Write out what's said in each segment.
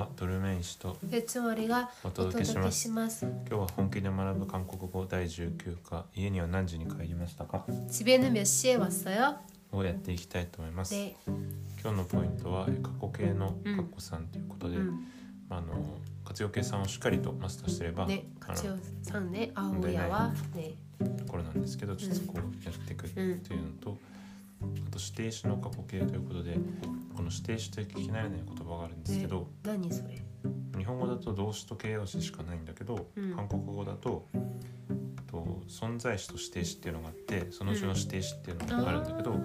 選手とゆつもりがおお届届けしまけすします。今日は本気で学ぶ韓国語第19課家には何時に帰りましたか 집에는 몇 시에 왔어요? をやっていきたいと思いますで、今日のポイントはえ過去形のうん過去さんということうで、ん、まあ、あの活用計算をしっかりとマスターすれば、ね、あかちおのさんね、あおやはね、ところなんですけどちょっとそこをやっていくっていうのと、あと指定詞の過去形ということでこの指定詞という聞き慣れない言葉があるんですけど、何それ？日本語だと動詞と形容詞しかないんだけど、うん韓国語だとと存在詞と指定詞っていうのがあってそのうちの指定詞っていうのがあるんだけど、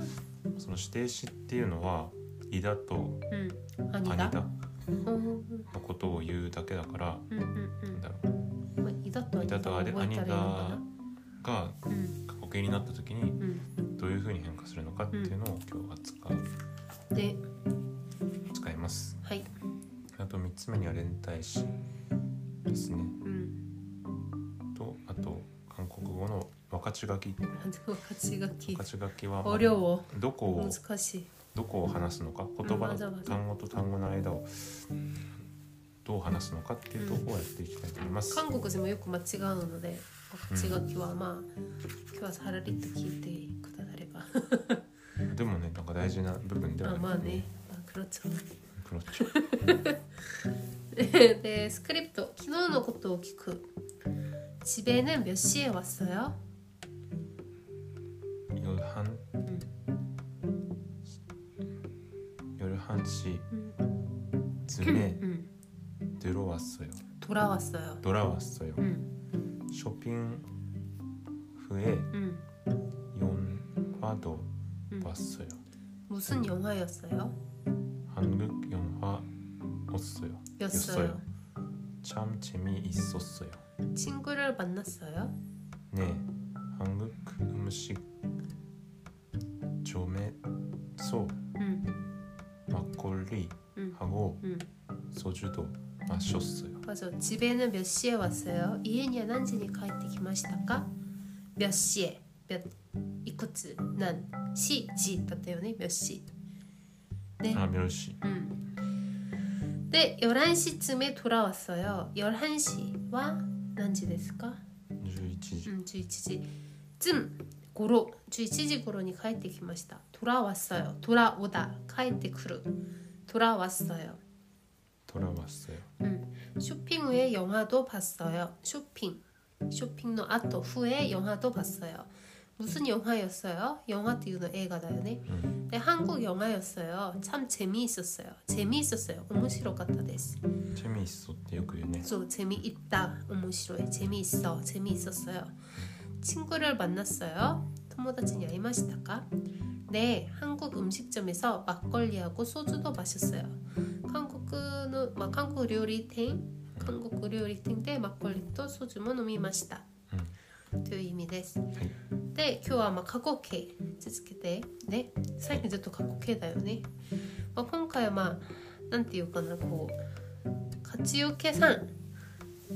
その指定詞っていうのは「いだ」とうん、 「兄あにだ」だ。のうんことを言うだけだからうんうんうなんんだろううん。まあいだと「い兄だ」だと「あ」で「覚あえにたらいいのだか」がな。うん過去形になった時にう。どういうふうに変化するのかっていうのを今日は使うんで、使います。はい、あと3つ目には連帯詞ですね。うん、とあと韓国語の分かち書きあでも勝ち書き分か、ち書きはまあお量をどこを難しい。どこを話すのか言葉わざわのざ単語と単語の間をどう話すのかっていうところをやっていきたいと思います。韓国でもよく間違うので、勝ち書きはまあ今日はさらりと聞いてくだされば。でもねなんか大事な部分ではあるまあね、まあ、クロ ちゃん。クロッチでスクリプト昨日のことを聞く집에는몇시에왔어요 夜半ん夜半시 음. 쯤에 응 들어왔어요. 음, 돌아왔어요 음, 돌아왔어요. 응 쇼핑 후에 응 영화도 음. 봤어요. 무슨 영화였어요? 한국 영화 였어요. 였어요 참 재미있었어요. 친구를 만났어요? 네, 한국 음식 점에서 응 막걸리 음. 하고 음. 소주도 마셨어요. 맞아 집에는 몇 시에 왔어요? 이엔이야 난진이 가이트 기마시다까? 몇 시에 몇 이쿠츠 난 시지 다때요네 몇시 네 아, 멸시. 음. 네, 11시쯤에 돌아왔어요. 11시와 난지 됐을까? 11시. 음, 11시. 쯤 고로 11시 고로니 가이테 기마시다. 돌아왔어요. 돌아오다. 가이테 쿠루. 돌아왔어요. 돌아왔어요. 음. 쇼핑 후에 영화도 봤어요. 쇼핑. 쇼핑노 아토 후에 영화도 봤어요. 무슨 영화였어요? 영화도 유노 애가 나요네. 음. 네, 한국 영화였어요. 참 재미있었어요. 재미있었어요. 오모시로 같다 됐어. 재미있었대요, 그네. 저 재미있다 오모시로에 재미있어 재미있었어요 친구를 만났어요 토모다친 야이마시다까 네 한국 음식점에서 막걸리하고 소주도 마셨어요 한국 막 한국 요리厅 한국 요리厅 때 막걸리도 소주도 飲みましたという意味です。で、今日はまあ過去形続けてね、最近ずっと過去形だよね。まあ、今回はまあなんていうかなこう活用計算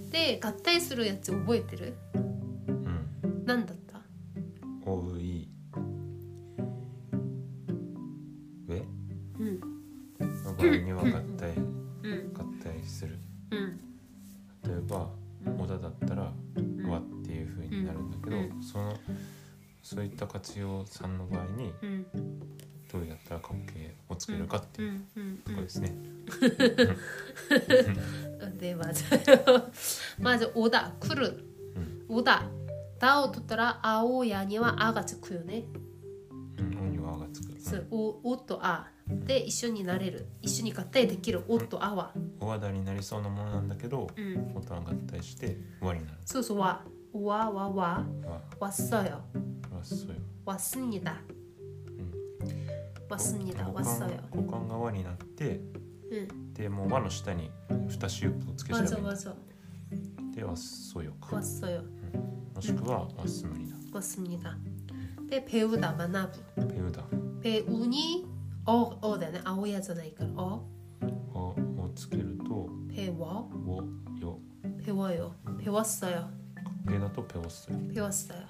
で合体するやつ覚えてる？ 음. なんだった？ 오이. 왜? うん場合には合体うん合体する。うん例えばうん小田だったらうん和っていう風になるんだけど、うんそのそういった活用さんの場合にうんどうやったら関係をつけるかってういうんうんところですね。うん。でまずまずオダ来るうんオダだを取ったら青やにはあがつくよね。うん、おにはがつく。そう、お、おとあで一緒になれる、一緒に合体できるおとあは、お和田になりそうなものなんだけど、うん、おとは合体して和になる。そうそうわ、わわわ、和わっさよ、和そうよ。わすにだ、うん。わすにだ、五わっ感さよ、五感が和になって、うん、でもう和の下に二シュープをつけちゃわえざばいわい。ざ、で和そうよわかっ。さよ、もしくは和すむりだ。わすにだ。で、배우다、学 배우다. ぶ。배우니、お、おだよね、青やじゃないから、お、 어, 어つける 또, 배워、 워, 요. 배워요、배웠어요、 게다 또 배웠어요. 배웠어요、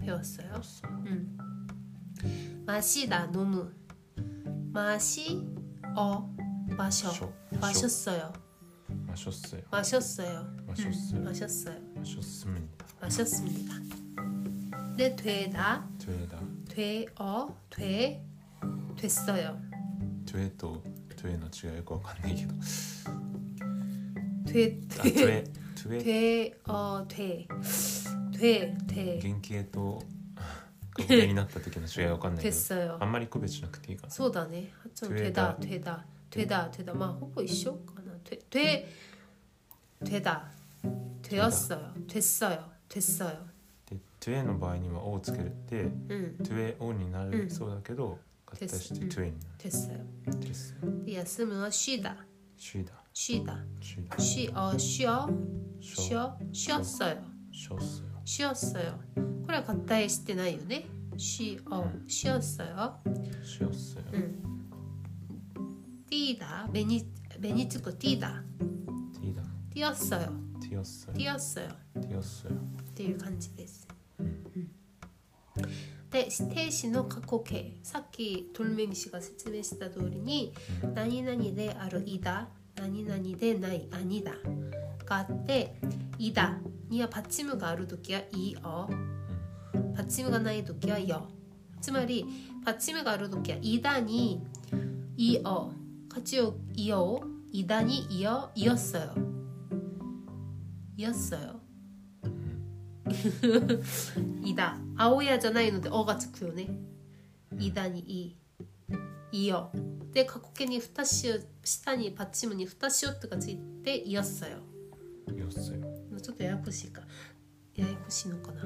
배웠어요。 배웠어요. 음. 마시다 너무 마시 어 마셔 쇼. 마셨어요 마셔. 마셨어요. 마셨어요. 마셨어요. 음, 마셨어요. 마셨습니다. 마셨습니다. 근데 되다, 되다. 되어, 되, 됐어요. でとでの違いよくわかんないけど。 되, あ、 되, で、で、 되어, 되, 되, 되, 原型と格形になった時の違いわかんないけ ど。 됐어요. あんまり区別しなくていいかな。 소다네. 하참 되다, 되다. 되다, 되다, 되다. 막 호보 이쇼가나 되, 되, 되다, 되었어요, 됐어요, 됐어요. で、での場合には O をつけて、 음, で O になうるんそうだけど、合体してでにな 됐어요. る。です。 야스무어 쉬다, しだ、 쉬다, しだ、 쉬어, 쉬어, しょ、 쉬어, 쉬었어요. しょっすよ。 쉬었어요. 그래 갔다에 시대 나요네. 쉬어 쉬었어요. しょっすよ。 음. 뛰다 매니 매니 찍고 뛰다 ティだ、 뛰었어요. ティオス、テ 뛰었어요. ィオス。 뛰는 간지 됐어. 음. 네, 스테이시노 카코케 사키 돌멩이씨가 스치메시다 도리니 나니나니 데 아로 이다 나니나니 데 나이 아니다 가때 이다 니야 받침이가 아루 도끼야 이어 받침이가 나이 도끼야 여つまり 받침이가 아루 도끼야 이다니 이어 같이요 이어 이다니 이어 이었어요 이었어요 이다 아오야잖아요 근데 어가 좋고요네 이다니 이 이어 때 가코케니 후타시오 시타니 받침은이 후타시오트가 때 이었어요 ティオスよ。 이거 좀 야야쿠시니까 야야쿠시노거나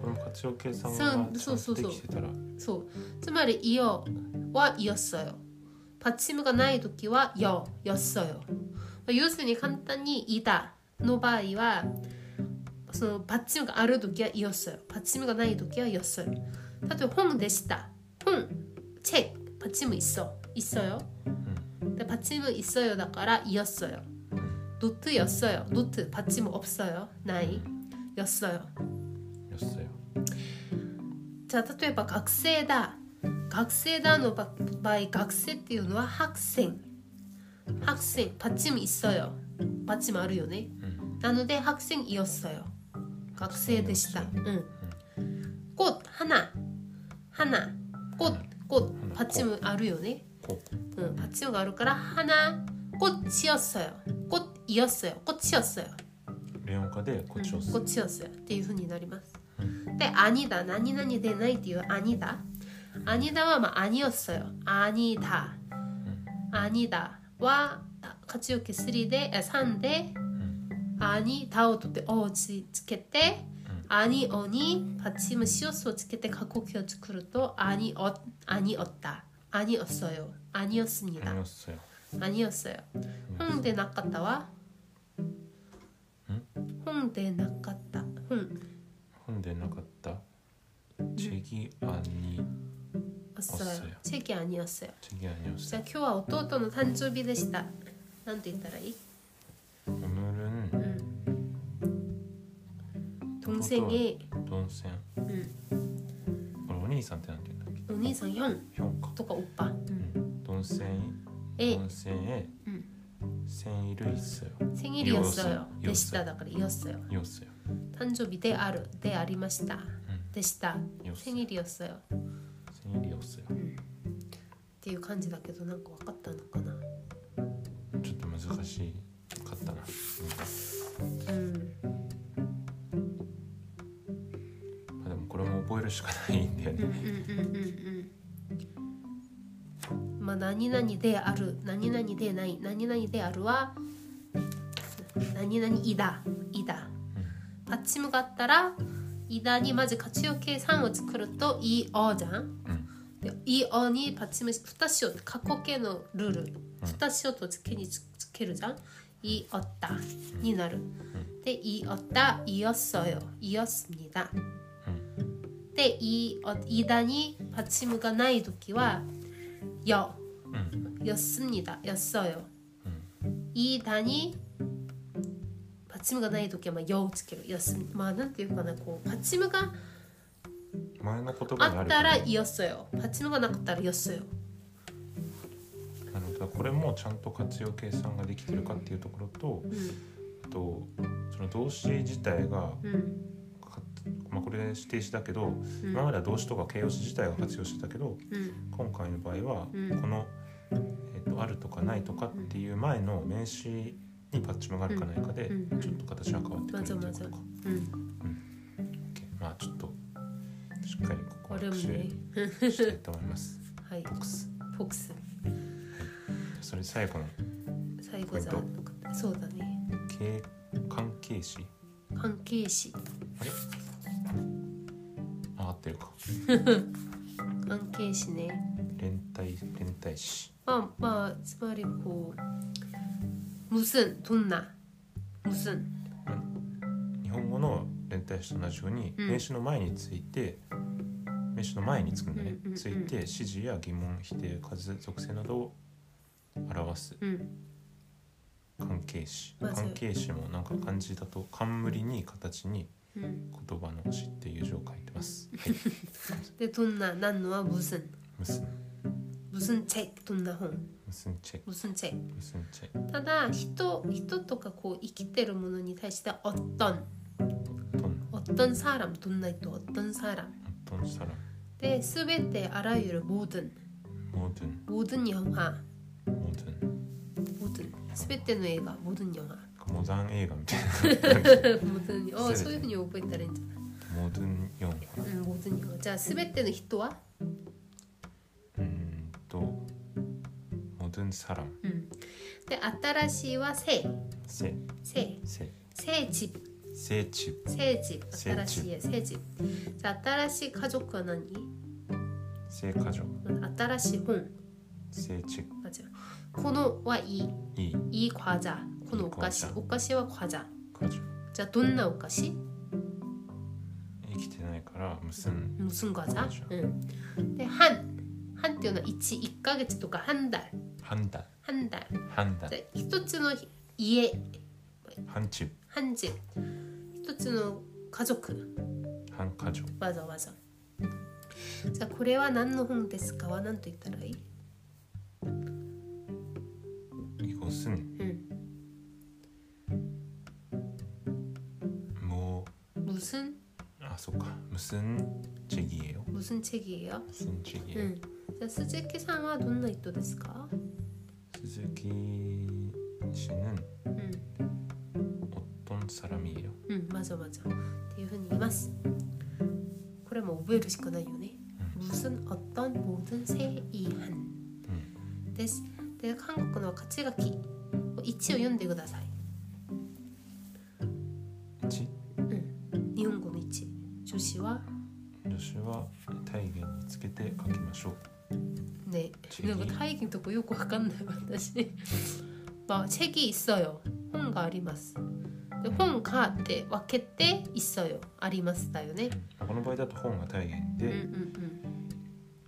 この活用計算さがんちそゃうんとそうでそうきてたら、 소つまり 이어와 이었어요 받침이가 나이 도끼와 여였어요 요스니 간단히 이다 노바이와 そのバッチムがある時はイオスよ。バッチムがない時はヨスよ。例えば本でした。本、チェック、バッチムいっそ。いっそよ。で、バッチムいっそよだからイオスよ。ノットヨスよ。ノットバッチム없어요。ない。ヨスよ。よっすよ。じゃあ例えば学生だ学生だの場場合学生っていうのは白線白線パッチム있어요パッチムあるよね、なので白線이었어요学生でしたうん꽃花花꽃 꽃パッチムあるよねこう。うんパッチムがあるから花꽃이었어요꽃이었어요꽃이었어요 レオン化でこっちを押す。 꽃이었어요. っていう風になります. 근데 아니다. 나니나니 되나이 っていう 아니다. 아니다와 막 아니었어요. 아니다. 아니다와 같이 이렇게 3대 3대 아니다오 또때 어지 つけて 아니어니 받침은 시오스로 つけて 가코키어 作ると 아니었 아니었다. 아니었어요. 何 아니었습니다. をすよ。 아니었어요. 홍대 나갔다와 홍대 나갔다. 홍 本でなかった。チェギアニ、 왔어요. 왔어요. 책이 아니었어요. チェギアニをす 자 る。 교와 오토오토는 단조비 되시다. 난도 있더라 이 オムルン、 동생의 ドンセン。これお兄さんってなんて言うんだっけ 언니상 형 ヒョンか。 또가 오빠 うん。ドンセン、 의 ドンセンへ、センイルイスよ。 생일이었어요. 이었어요. 되시다다 그래 이었어요. ヨスよ。 단조비 대 아르 대 아리마시다. 되시다 ヨス。セン 생일이었어요. イルヨスよ。っていう感じだけどなんかわかったのかな。ちょっと難しかったな。う 음, んまあでもこれも覚えるしかないんだよ 음, ね。 음, 음, 음, 음. 뭐 나니나니 대 아르 나니나니 대 나이 나니나니 대 아르와 나니나니 이다 이다. 받침가 따라 이단이 맞아 가치요케 상을作ると 이어장. 이어니 받침을 2시오 각국계의 룰을 2시오 또 지키니 지키르장. 이었다. 니나르. 때 이었다 이었어요. 이었습니다. 때 이어 이단이 받침가 나이 도끼와 여 うん 였습니다. 였어요. 이 단이 받침이가 나이 도끼 아마 여우 지키로 였습니다. 많은 때였거나 고 받침이가 前の言葉にあるけど 왔다라 이었어요. 받침이가 나갔다라 였어요. なるほどどこれもちゃんと活用計算ができてるかっていうところとうんあとその動詞自体が、うんかまあ、これ指定詞だけどうん今までは動詞とか形容詞自体が活用してたけどうん今回の場合はうんこの、えっとあるとかないとかっていう前の名詞にパッチもがあるかないかでうんうんちょっと形が変わってくるっていうことか。うんうんまあちょっとしっかりここは俺も復習ねしたいと思います。はいボックス。フォックスそれ最後の最後じゃなくてそうだね経関係詞。関係詞あれあ合ってるか。関係詞ね連帯連帯詞。 아, 마, 스마리 고 무슨 돈나 무슨 日本語の連帯詞と同じように、うん名詞の前について名詞の前につくんだねう。んうんうんついて指示や疑問否定数属性などを表す 응, 関係詞。まず関係詞もなんか漢字だと冠に形に 응. 言葉の詞っていう字を書いて ます。はい。 근데 돈나 난 너와 무슨 무슨 무슨 책 돈나 홍 무슨 책 무슨 책 무슨 책 다다 히토 히토토가 고 이키테르 무노니 다시다 어떤 어떤 어떤 사람 돈나 또 어떤 사람 어떤 사람 데 스베테 아라유르 모든 모든 모든 영화 모든 모든 스베테노 애가 모든 영화 그 모장映画みたいな 모든 어 소유분이 오고 있다는 점 모든 영화 음, 모든 영화 자 스베테는 히토와 음또 모든 사람 음. 근데 아따라시와 새, 새, 새, 새, 새 집, 새집 새 집, 새 아따라시의 새 집. 자, 아따라시 가족과는 이, 새 가족 아따라시 홍, 새직 맞아. 코노와 이, 이 이 과자, 코노 이 오카시, 과자. 오카시와 과자. 가족 자, 돈나 오카시, 이기테나이카라 무슨 무슨 과자? 과자. 응. 근데 한, 한 띄어나 이치, 이까게치 또가 한 달, 한달 한 달. 한달 자, 히토츠노 이에 한집 한 집, 히토츠노 가족. 한 가족 わざわざ。じゃあこれは何の本ですかは何と言ったらいい 이것은 うん。 뭐아 無寸 소까 무슨 책이에요 無寸チェギよ。 무슨 う 책이에요 ん。じゃあ鈴木さんはどんな人ですか 스즈키 씨는 うん。 어떤 사람이에요? うん、まずまず。って 네, いうふうに言います。これも 뭐, 覚えるしかないよね。無寸、おっとん、無寸、せい、はん。です。で、韓国の勝ち書き。1を読 어, んでください。 지? うん。日本語の1。女子は 요시와 타이겐이 つけて書きましょう 네. 책이? 근데 뭐 타이긴 듣고 요거 아깝네요, 다시. 막 책이 있어요. 홍가 아리마스. 근데 홍가 때 와케 때 있어요. 아리마스다요네. あこの場合だと本が大変で、 응응응.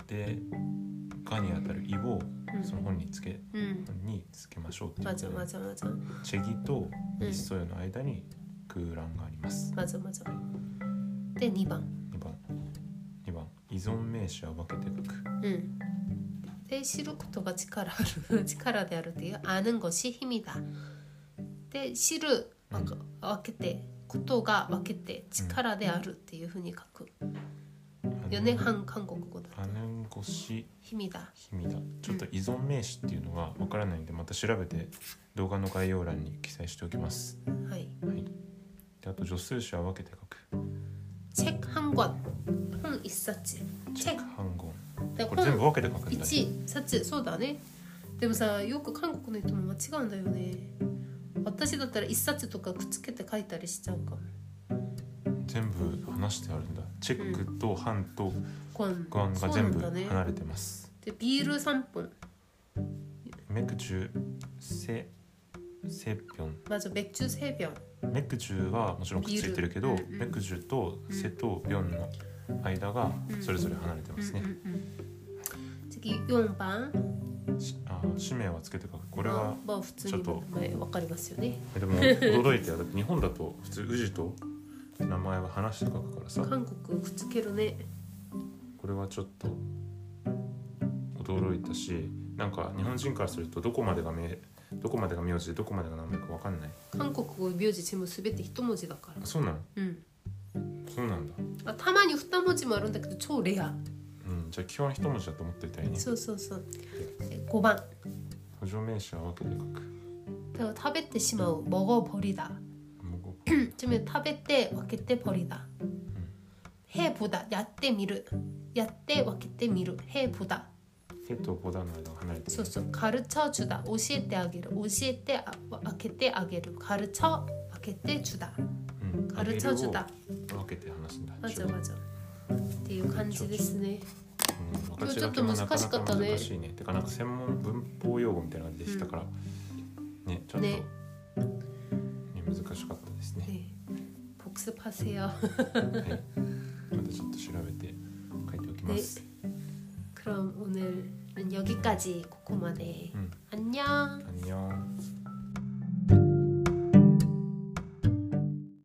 で「が」にあたる「い」をうんその本につけ、 응. 本につけましょうっていうこと 맞아 で 맞아 맞아. チェギと「うんいっそよ」の間に空欄があります、 맞아 맞아. 네, 2번. 2番2番依存名詞は分けて書く 응. 네, 시루쿠토가 치카라를 치카라데 아르데요. 아는 것이 힘이다. 네, 시루 와케 때 쿠토가 와케 때 치카라데 아르っていう風に 가끔 あの 연애 한 한국어다. アヌンゴシ 힘이다. ひみだちょっと依存名詞っていうのが分からないんでまた調べて動画の概要欄に記載しておきます、 하이. はい、であと助数詞は分けて書く 책 한 권. 한 있었지. チェック 책. 半言 근데 これ全部 한 分けて書くんだね 있지. 샀지. 쏘다네. 근데 뭐사 요크 한국 거는 또 뭔가 치가 온다 요네. 私だったら 있었지 とかくっつけて書いたりしちゃうかも.全部話してあるんだチェックと半と 권. グアンが全部そうなんだね.離れてます、 근데 비루 3분. メクジュセセピョン 맞아. 맥주 3병. メクジュはもちろんくっついてるけど、ビールうんうんメクジュとセとビョンの間がそれぞれ離れてますね、 저기 4번. しあー氏名はつけて書くこれは 뭐普通にちょっと-わかりますよね.えでも驚いてだって日本だと普通宇治と名前は話して書くからさ 한국 くっつけるね.これはちょっと驚いたしなんか日本人からするとどこまでが名どこまでが名字でどこまでが名前かわかんない韓国語名字全部全て一文字だからあそうなのうんそうなんだ、あたまに二文字もあるんだけど超レアうん、じゃあ基本一文字だと思っておいたいねそうそうそうえ5番補助名詞は分けて書く 그食べてしまう먹어버리다 もう こ 좀食べて分けて버리다 해보다やってみるやって分けてみる해보다 手とボタンの間が離れてるそうそう가르쳐주다教えてあげる教えてあ開けてあげる가르쳐開けて주다 うん 가르쳐주다 あげるを分けて話すんだ 맞아 네, 맞아 っていう感じですねうん、今日私ちょだっけとも難なしかかっなたねか難しいねてかなんか専門文法用語みたいなのが出てきたから、ねちょっと、ねね、難しかったですね 네 복습하세요 はいまたちょっと調べて書いてお 네. きます、 그럼 오늘은 여기까지 코코마네 음. 안녕